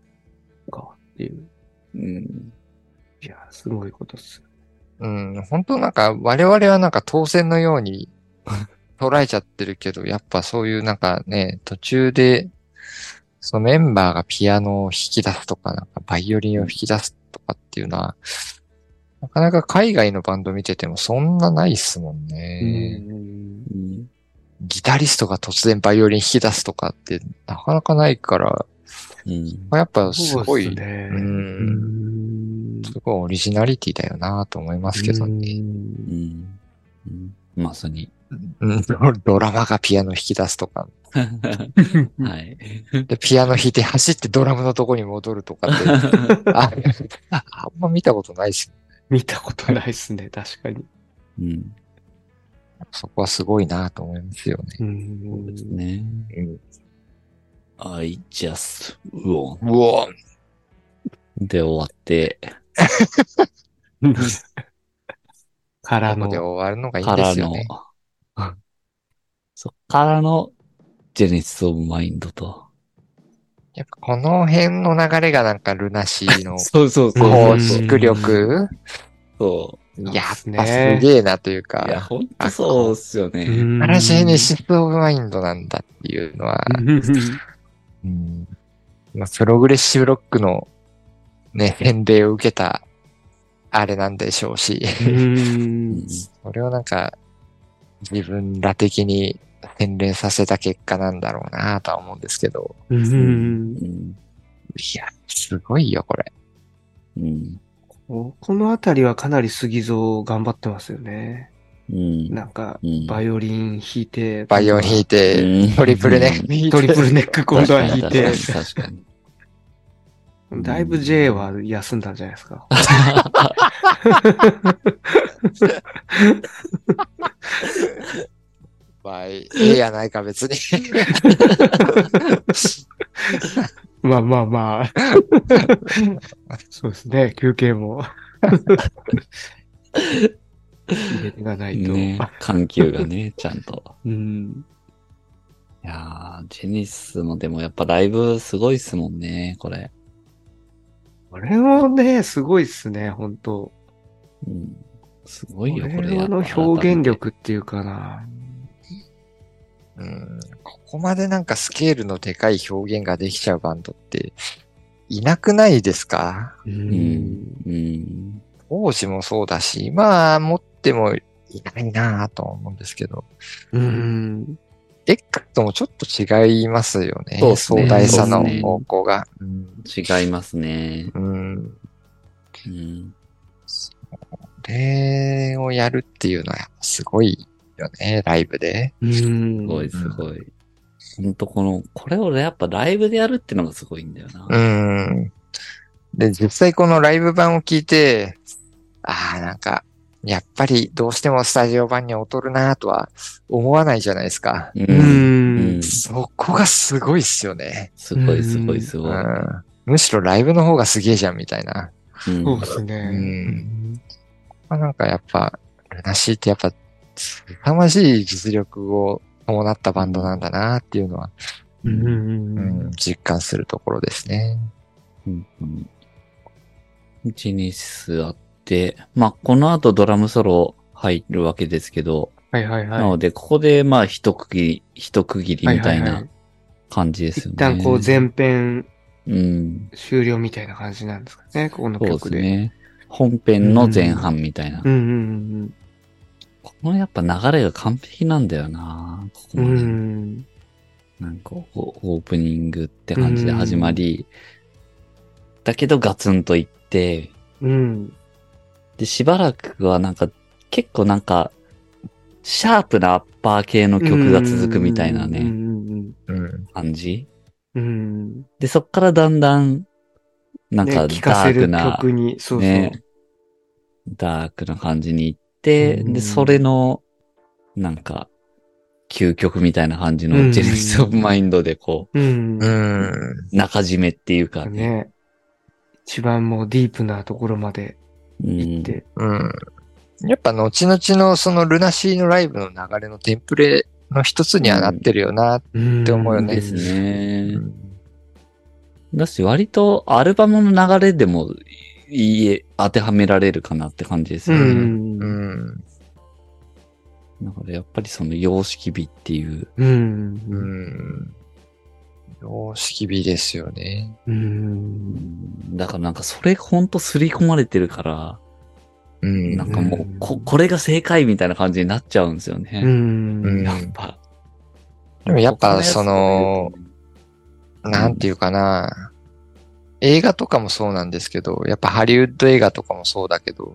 か、っていう。
うん。
いや、すごいことっす。
うん、本当なんか、我々はなんか当然のよう に捉えちゃってるけど、やっぱそういうなんかね、途中で、そのメンバーがピアノを弾き出すとか、なんかバイオリンを弾き出すとかっていうのは、なかなか海外のバンド見ててもそんなないっすもんね。
うん
うん
ギタリストが突然バイオリン弾き出すとかってなかなかないから、
うん。
やっぱすごい、す
そうっすね
う、
うんん。
すごいオリジナリティだよなと思いますけどね。
うん
うん。うんまさに。
うんドラマがピアノ弾き出すとか、
はい。
でピアノ弾いて走ってドラムのとこに戻ると かって、ああんま見たことないし、
見たことないっすね、確かに。
うん。
そこはすごいなと思いますよね。
そうですね。
うん、
I just won.
うお
で終わって、
うんから
ここで
の、
終わるのがいい
か
んで
ら
すよ
の
ね。、
そっからの、ジェネシス・オブ・マインドと。
やっぱこの辺の流れがなんかルナシーの
そうそう
そう
構築力、
そ
やっぱす
そうっすね
げえなという
う。いや、
か、
ほんとそうっすよね。
嵐ジェネ
に
シス・オブ・マインドなんだっていうのは、
う
うんまあ、プログレッシブロックのね、返礼を受けた、あれなんでしょうし、
うん
ん。
それをなんか、自分ら的に洗練させた結果なんだろうなとは思うんですけど、
うん
うん
いや、すごいよ、これ。
うん。
このあたりはかなり杉蔵頑張ってますよね。
うん。
なんか、
うん
バイオリン弾いて、
バイオン弾いて、
うん
トリプルネック弾いて
トリプルネック今度は弾いて、
確かに。かに
だいぶ J は休んだんじゃないですか。
確かに
まあ、ええやないか、別に。
まあまあまあ。そうですね、休憩も。入れていかないと。
ね、緩急がね、ちゃんと。
うん。
いやー、ジェニスもでもやっぱライブすごいっすもんね、これ。
これもね、すごいっすね、本当
うん。すご
こ
いよ、これ。
れの表現。力っていうかな。
うんここまでなんかスケールのでかい表現ができちゃうバンドっていなくないですか
う
うん。うん。
当時もそうだし、まあ持ってもいないなぁとは思うんですけど、
うん。
X ともちょっと違いますよね。
そうっす
ね
壮大さ
そう
の
っすね
方向が。うん
違いますね。
うん。
うん。
これをやるっていうのはやっぱすごいよね、ライブで。
うん
すごい、すごい。ほんとこの、これをやっぱライブでやるってのがすごいんだよな。
うん。で、実際このライブ版を聞いて、ああ、なんか、やっぱりどうしてもスタジオ版に劣るなとは思わないじゃないですか。
う。
うん
うんん。。
そこがすごいっすよね。
すごいすごいす
う
ごい。
ん。むしろライブの方がすげえじゃんみたいな。
うん
そうです
う
ね。
ん。まあ、なんかやっぱ、ルナシーってやっぱ、凄まじい実力を伴ったバンドなんだなっていうのは、
う。
うんん、実感するところですね。
うんうん。1、2、数あって、まあ、この後ドラムソロ入るわけですけど、
はいはい
な
はい。
ので、ここで、まあ、一区切り、一区切りみたい
ははは
な。感じですよ
一
ね。
旦こう前編
うん。
終了みたいな感じなんですかね、ここの
そうで
曲
す
で。
ね。本編の前半みたいな。
うんうん
このやっぱ流れが完璧なんだよなここ
うんう
まで。
ん。
なんかこう、オープニングって感じで始まり、だけどガツンといって、
うん。うん。
で、しばらくはなんか、結構なんか、シャープなアッパー系の曲が続くみたいな
う
ね、
ん
うん。
感じ。
うんうんうん。
で、そっからだんだん、なん
ね
か、
聴か
ダ
せ
ーク
る
な、
曲に、そうそう
ね。ダークな感じに行って、
うん
で、それの、なんか、究極みたいな感じのジェネシス・オブ・マインドで、こ
うん
う。ん。
う、中締めっていうかね。
ね。一番もうディープなところまで
うん
行って。
うん。やっぱ後々のそのルナシーのライブの流れのテンプレの一つにはなってるよな。っ
っ
て思うよね
です
う
ね。
ん。
だし、割とアルバムの流れでも、いえ、当てはめられるかなって感じです
う
よね。
ん
う。ん。
だからやっぱりその様式美っていう、
うん。
う
うん
ん。様式美ですよね。
う。
うんんだからなんかそれほんと刷り込まれてるから、
うん
なんかも
う
うんこ、これが正解みたいな感じになっちゃうんですよ
う
ね。
ん。
やっぱ。
でもやっぱ
他のやつとか見る
なんていうかな、映画とかもそうなんですけど、やっぱハリウッド映画とかもそうだけど、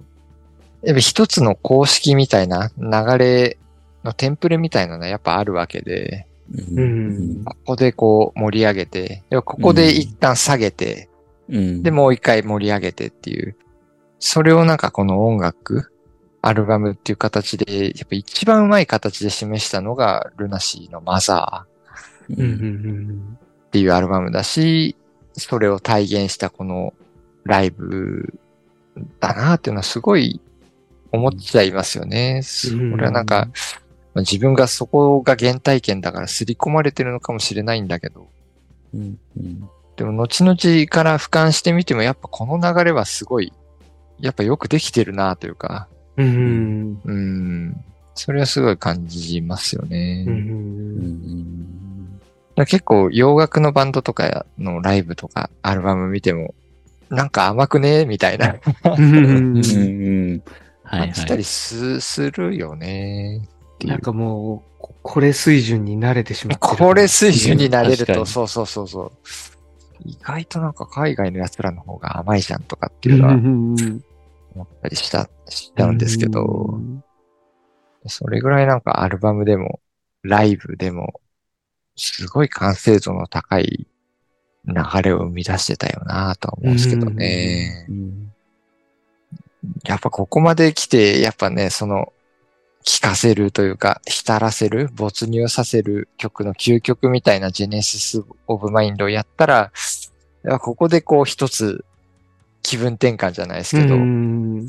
やっぱ一つの公式みたいな流れのテンプレみたいなのはやっぱあるわけで、
と
う
うんん。
ここでこう盛り上げて、でもここで一旦下げて、
うん。
で、もう一回盛り上げてっていう、それをなんかこの音楽、アルバムっていう形で、やっぱ一番うまい形で示したのが、ルナシーのマザー。
う。
うんん。
っていうアルバムだし、それを体現したこのライブだなっていうのはすごい思っちゃいますよね。そ
うん
れはなんか、まあ自分がそこが原体験だから刷り込まれてるのかもしれないんだけど、
うん。うん
でも後々から俯瞰してみてもやっぱこの流れはすごい、やっぱよくできてるなというか、
うん。
うん、それはすごい感じますよね。
う
うん
ん。
だから結構洋楽のバンドとかのライブとかアルバム見ても、なんか甘くねみたいな
うん。うん。はい
感じ
は
た
い
り。すするよね。
なんかもう、ここれ水準に慣れてしまってる。
これ水準になれる
確か
と、
に
そうそうそうそう。意外となんか海外の奴らの方が甘いじゃんとかって
う
いうんの
う
は
んうん。
思ったりした、したんですけ
う
ど、
ん
それぐらいなんかアルバムでも、ライブでも、すごい完成度の高い流れを生み出してたよなとは思うんですけどね。
うん
やっぱここまで来て、やっぱね、その、聞かせるというか、浸らせる、没入させる曲の究極みたいなジェネシス・オブ・マインドをやったら、やっぱここでこう一つ気分転換じゃないですけど、
うん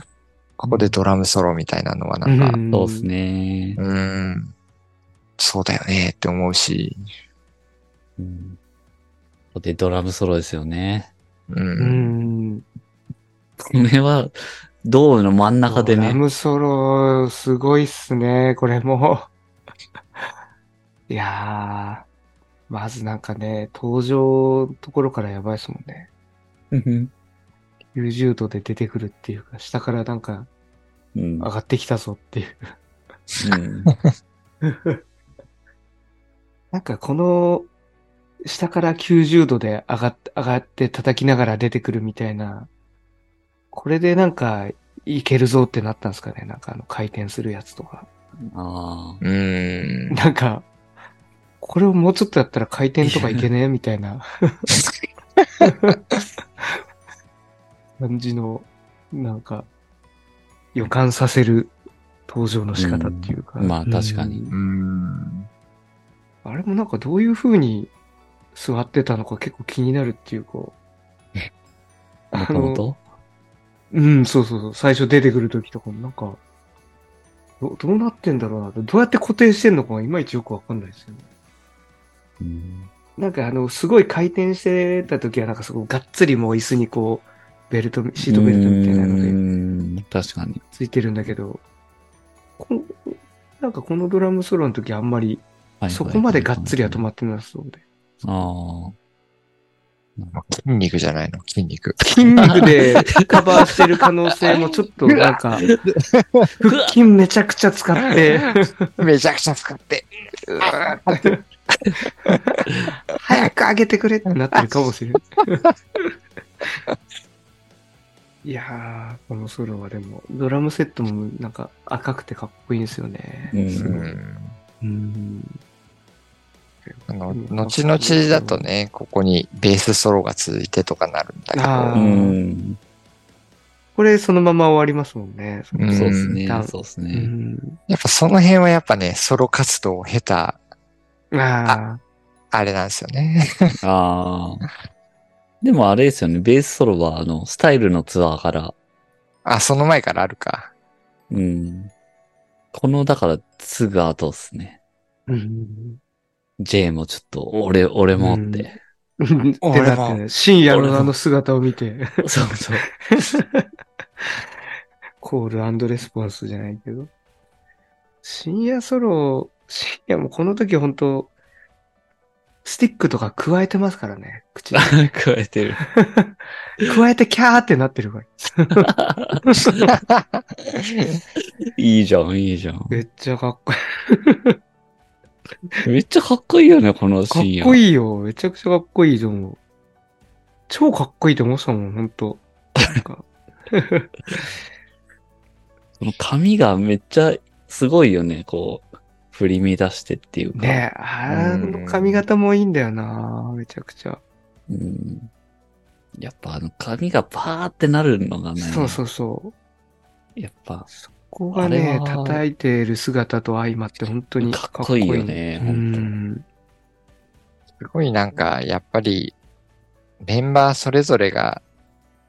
ここでドラムソロみたいなのはなんか、
そうです。ね
う。ーん、そうだよねって思うし、
うんで、ドラムソロですよね。
う、
うんん。
これは、ドームの真ん中で
ドラ
ね。
ムソロ、すごいっすね、これも。 いやー、まずなんかね、登場のところからやばいっすもんね。
うん
90度で出てくるっていうか、下からなんか
うん
上がってきたぞっていう。
うん
なんかこの、下から90度で上がって、上がって叩きながら出てくるみたいな、これでなんか、いけるぞってなったんですかねなんかあの回転するやつとか。
あ
う ーん、
なんか、これをもうちょっとやったら回転とかいけ ねえみたいな感じの、なんか、予感させる登場の仕方っていうか。
まあ
うん
確かに。
うん。
あれもなんかどういう風に座ってたのか結構気になるっていうか。
もともと
うん、そうそうそう。最初出てくるときとかもなんか、どどうなってんだろうなと。どうやって固定してんのかがいまいちよくわかんないですよね。
うん
なんかあの、すごい回転してたときはなんかすごいがっつりもう椅子にこう、ベルト、シートベルトみたいなの
う
で
ん確かに。
ついてるんだけど、こんなんかこのドラムソロのときあんまりそこまでがっつりは止
ま
まってなさそうで。
あ
まあ筋肉じゃないの筋肉。
筋肉でカバーしてる可能性もちょっとなん か、腹筋めちゃくちゃ使って、
めちゃくちゃ使って。うわー
早く上げてくれってなってるかもしれない。 いやー、このソロはでも、ドラムセットもなんか赤くてかっこいいんですよね
あ。。う。
うんん
うん。
あの後々だとね、ここにベースソロが続いてとかなるんだけ
あ
う
ど、
ん。
これそのまま終わりますもんね。
うん
そうですね
う。ん
そうです
う
ね。
ん。
やっぱその辺はやっぱね、ソロ活動を経た、
あ
あれなんですよね。
ああ。でもあれですよね、ベースソロは、あの、スタイルのツアーから、
あ、その前からあるか。
うん。この、だから、すぐ後っすね。
ー。うん。
J もちょっと、俺、俺もっ
うん
て。
ってなってね、深夜のあの姿を見て。
そうそう。
コールレスポンスじゃないけど。深夜ソロ、深夜もこの時本当スティックとか加えてますからね、口 に。
加えてる。
加えてキャーってなってるから。
いいじゃん、いいじゃん。
めっちゃかっこい
めっちゃかっこいいよね、このシーン
い。
や。
かっこ
い。
いいよ。めちゃくちゃかっこいいと思う。超かっこいいと思ってたもん、本当なんか
この髪がめっちゃ、すごいよね、こう、振り乱してっていうか。
ねえ、あの髪型もいいんだよなめちゃくちゃ。
うん。やっぱ、あの、髪がパーってなるのがね。
そうそうそう。
やっぱ、
そこが
あれ
ね、
は
叩いてる姿と相まって本当にか
かっ
っこ
こ
い
い
い。
いよね、
う
本当
ん。
すごいなんか、やっぱり、メンバーそれぞれが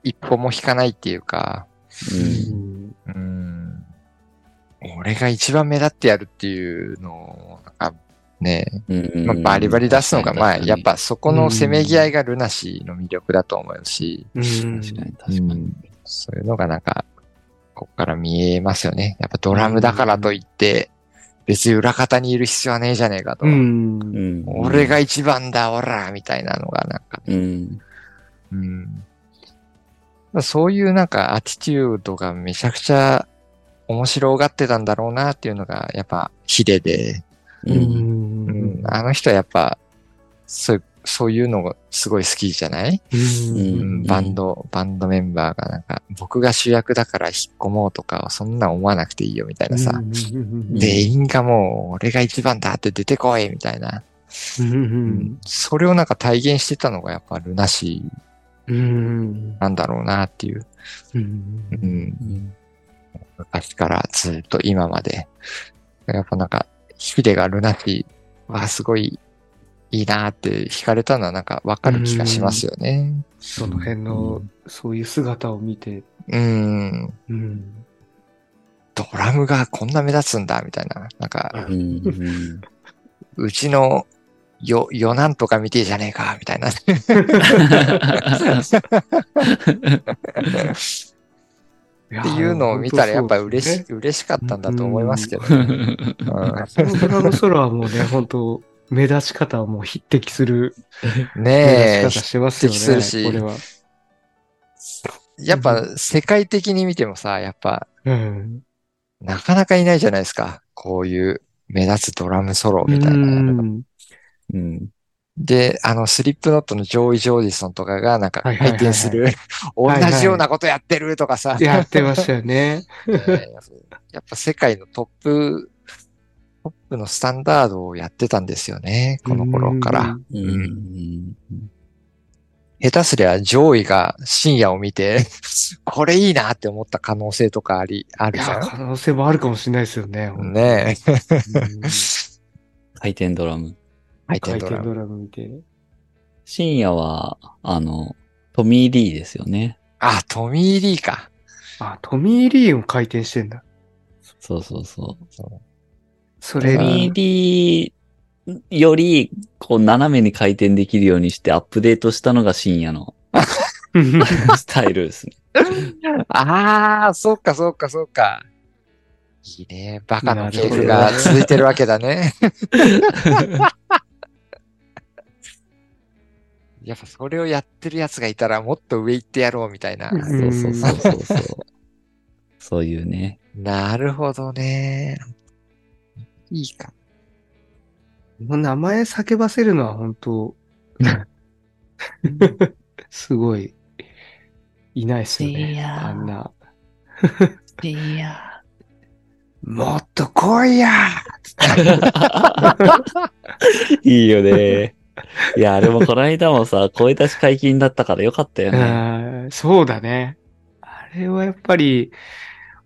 一歩も引かないっていうか、
うん
う
うん
ん、俺が一番目立ってやるっていうのを、なんかね、まあ、バリバリ出すのが、まあ、やっ、ぱそこのせめぎ合いがルナシーの魅力だと思うし、
うん
確かに確かに。
そういうのがなんか、ここから見えますよね。やっぱドラムだからといって、別に裏方にいる必要はねえじゃねえかと。
うん。
うん
俺が、一番だ、オラみたいなのがなんか、
うん。
うんそういうなんかアティチュードがめちゃくちゃ面白がってたんだろうなっていうのがやっぱヒデで、
う。
うんん
うん、あの人はやっぱ、そう、そういうのがすごい好きじゃない、
う
うんん、バンド、バンドメンバーがなんか、僕が主役だから引っ込もうとかはそんな思わなくていいよみたいなさ、
うん
全員がもう俺が一番だって出てこいみたいな、
うん
それをなんか体現してたのがやっぱルナシー
うん
なんだろうなっていう、
うん
うん、
うん
昔からずっと今まで。やっぱなんか、ヒデがルナシーはすごいいいなーって惹かれたのはなんかわかる気がしますよね。
その辺の、そういう姿を見て、
うん。
うん
ドラムがこんな目立つんだ、みたいな。なんか、
うんうん
うちのよ、よなんとか見てえじゃねえか、みたい な。っていうのを見たらやっぱ嬉し、。嬉しかったんだと思いますけど。
いや本当そうですねこのドラムソロはもうね、本当目立ち方はもう匹敵する
うん
目
ねえ
立ち方、してますよね。
匹敵するし
これは。
やっぱ世界的に見てもさ、やっぱ
うん。
なかなかいないじゃないですか。こういう目立つドラムソロみたいな。
うん
うん。
で、あの、スリップノットのジョーイ・ジョージソンとかがなんか回
はいはいはい
転する、同
はいはい
じようなことやってるとかさ、
やってました よね。
ね やっぱ世界のトップ、トップのスタンダードをやってたんですよね、この頃から。
うん。
下手すりゃ上位が深夜を見 て、これいいなって思った可能性とかあり、あ
い
るじ
や、
ゃ
可能性もあるかもしれないですよね。
ん。ねえ。
うん
回転ドラム。
回
回
転ド
転
ラム。
ドラムみたいな。
深夜は、あの、トミー・リーですよね。
あ、トミー・リーか。
あ、トミー・リーも回転してんだ。
そうそうそう。
そ
ト
れ
ミー・
に、
リーより、こう、斜めに回転できるようにしてアップデートしたのが深夜の スタイルですね。
ああ、そうか、そうか、そうか。いいね。バカの系譜
な
が
るほどね
続いてるわけだ ね。やっぱそれをやってる奴がいたらもっと上行ってやろうみたいな。
うん
そうそうそうそうそう。そういうね。
なるほどね。いいか。
もう名前叫ばせるのは本当、 すごい、いないですよ
い
ね。
やー
あんな、
深夜。
もっと来いや
いいよね。いや、でもこの間もさ、声出し解禁だったからよかったよね。
ーうんそうだね。あれはやっぱり、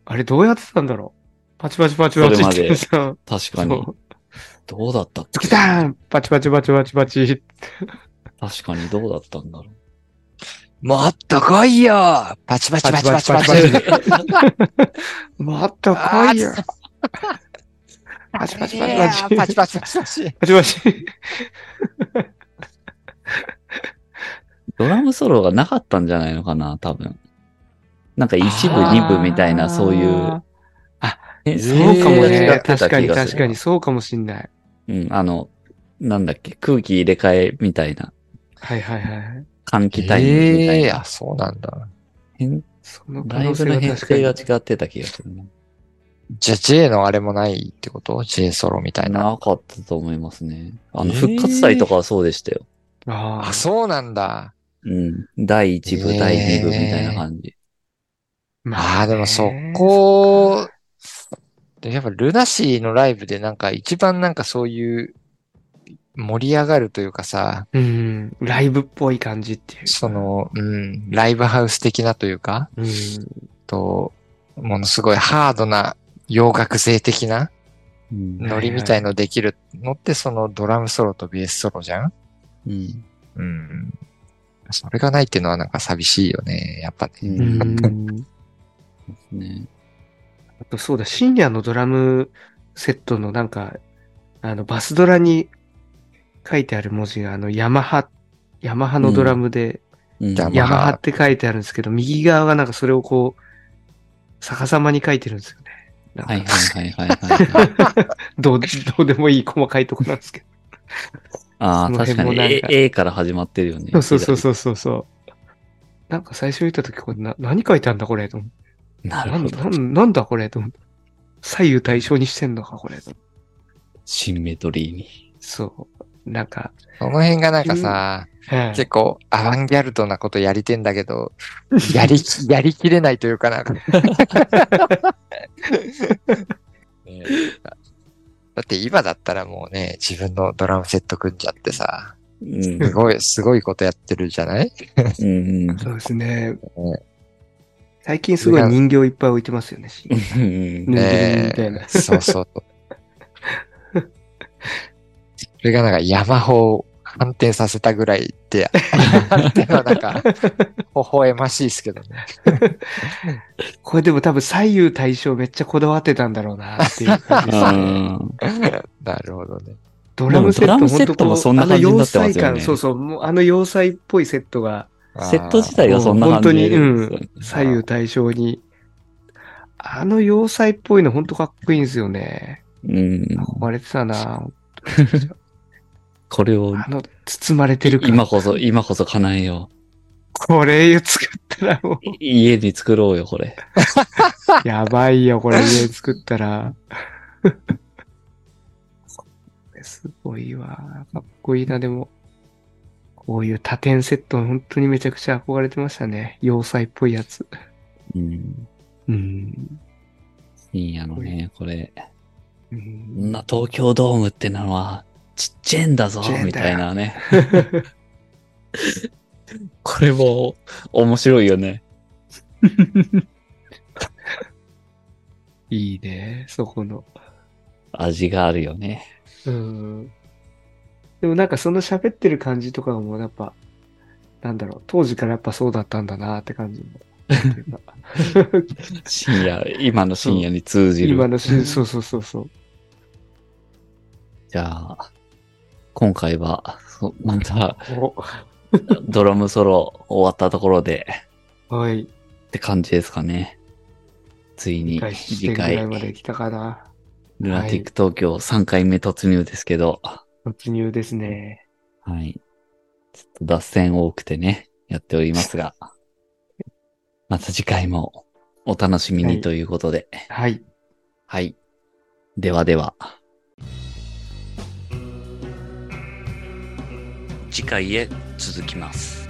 あれどうやってたんだろうパチパチパチパチ
それま
っ て
で
さ、
確かに。
そう。
どうだったっ
ド
け
キターンパチパチパチパチパチ。
確かにどうだったんだろう。
もっと来いよパチパチパチパチパチ。
もっと来いやパチパチパチパチ。
パチパチパチパチ。
パチパチ。
ドラムソロがなかったんじゃないのかな、多分。なんか一部、
あー
二部みたいな、そういう。
あ
ね、
そうかも
変更が違
ね
っ。て
確
た
か
気
に
がす
確
る
かに。そうかもしんない。
うん、あの、なんだっけ、空気入れ替えみたいな、
はいはいはい。
換気タイムみたい
ええ
な。
あ、そうなんだ。
変
その可
ライ
能
ブ
性
の
は
編
確か
成
に
が。違ってた気がするな。
じゃあ J のあれもないってこと ?J ソロみたいな。
なかったと思いますね。あの、
えー
復活祭とかはそうでしたよ。
あ
あ、
あ、
そうなんだ。
うん。第1部、
えー
第2部みたいな感じ。
ああ、でもそ
ね
こ、でやっぱルナシーのライブでなんか一番なんかそういう盛り上がるというかさ、
うん。ライブっぽい感じっていう。
その、うん、ライブハウス的なというか、
うん。
と、ものすごいハードな洋楽性的な
うん。
ノリみたいのできるのってそのドラムソロとベースソロじゃん
うん。
うん。それがないっていうのはなんか寂しいよね、やっぱ
う
ね。
ん。
うん
ね
あとそうだ、深夜のドラムセットのなんか、あの、バスドラに書いてある文字が、あの、ヤマハ、ヤマハのドラムで、
うん。
ダメ
ヤマハって書いてあるんですけど、右側がなんかそれをこう、逆さまに書いてるんですよね。なんか
はいはいはいはいはいはい。
どう、どうでもいい細かいとこなんで すけ
ああ、
その
確
辺
か
も
に
なん
A,
か
A から始まってるよね。
ど。そうそうそうそうそうそう。なんか最初見たとき、これな、何書いてあるんだこれと思って。
なる
な
ほ
ん
ど。
なんなんだこれと思って。左右対称にしてんのかこれと思って
シンメトリーに。
そう。なんか、
その辺がなんかさ、
ええ
結構アバンギャルドなことやりてんだけど、やりき、やりきれないというか なんか。だって今だったらもうね、自分のドラムセット組んじゃってさ、
うん。
すごい、すごいことやってるじゃない
うんうん
そうですね。最近すごい人形いっぱい置いてますよね。
う
ぬい
ん。
ぐるみ
ね
みたいな。
そうそう。それがなんか山法を反転させたぐらい って、あってのはなんか、微笑ましいですけ どね。
これでも多分左右対称めっちゃこだわってたんだろうなっていう感じです
う
ね。
ん
なるほどね。
ドラムセッ
でもドラ
ト
ムセットもそんな感じになってますよね
あの要塞感そうそう、もうあの要塞っぽいセットが
セット自
体
体がそんな感じですよね。
もう本当に左右対称に。あの要塞っぽいのほんとかっこいいんですよね。
うん。
憧れてたな
これを、
あの、包まれてる感。
今こそ、今こそ叶えよ
これ作ったらも
う。い家に作ろうよ、これ。
う、やばいよ、これ家作ったら。 これすごいわ。かっこいいな、でも。こういう多点セット、本当にめちゃくちゃ憧れてましたね。要塞っぽいやつ。
うん。
うん。
いいやのね、これ。
うん
こんな東京ドームってのは、ちっちゃいんだぞ
ちっちゃい、んだよ
みたいなね。 これも面白いよね。
いいね、そこの。
味があるよね。
うん。でもなんかその喋ってる感じとかもやっぱ、なんだろう、当時からやっぱそうだったんだなって感じ も。なんていうか
深 夜、今の深夜に通じ
今
る。
のし、そうそうそうそう。
じゃあ、今回は、そまた
お
ドラムソロ終わったところで
はい。
って感じですかね。ついに
理解して
次
ぐらい
回、
まで来たかな。
ルナティック東京3回目突入ですけど、
突入ですね。
はい。ちょっと脱線多くてね、やっております が、また次回もお楽しみ
は
に
い
ということで、
はい。
はい。ではでは。次回へ続きます。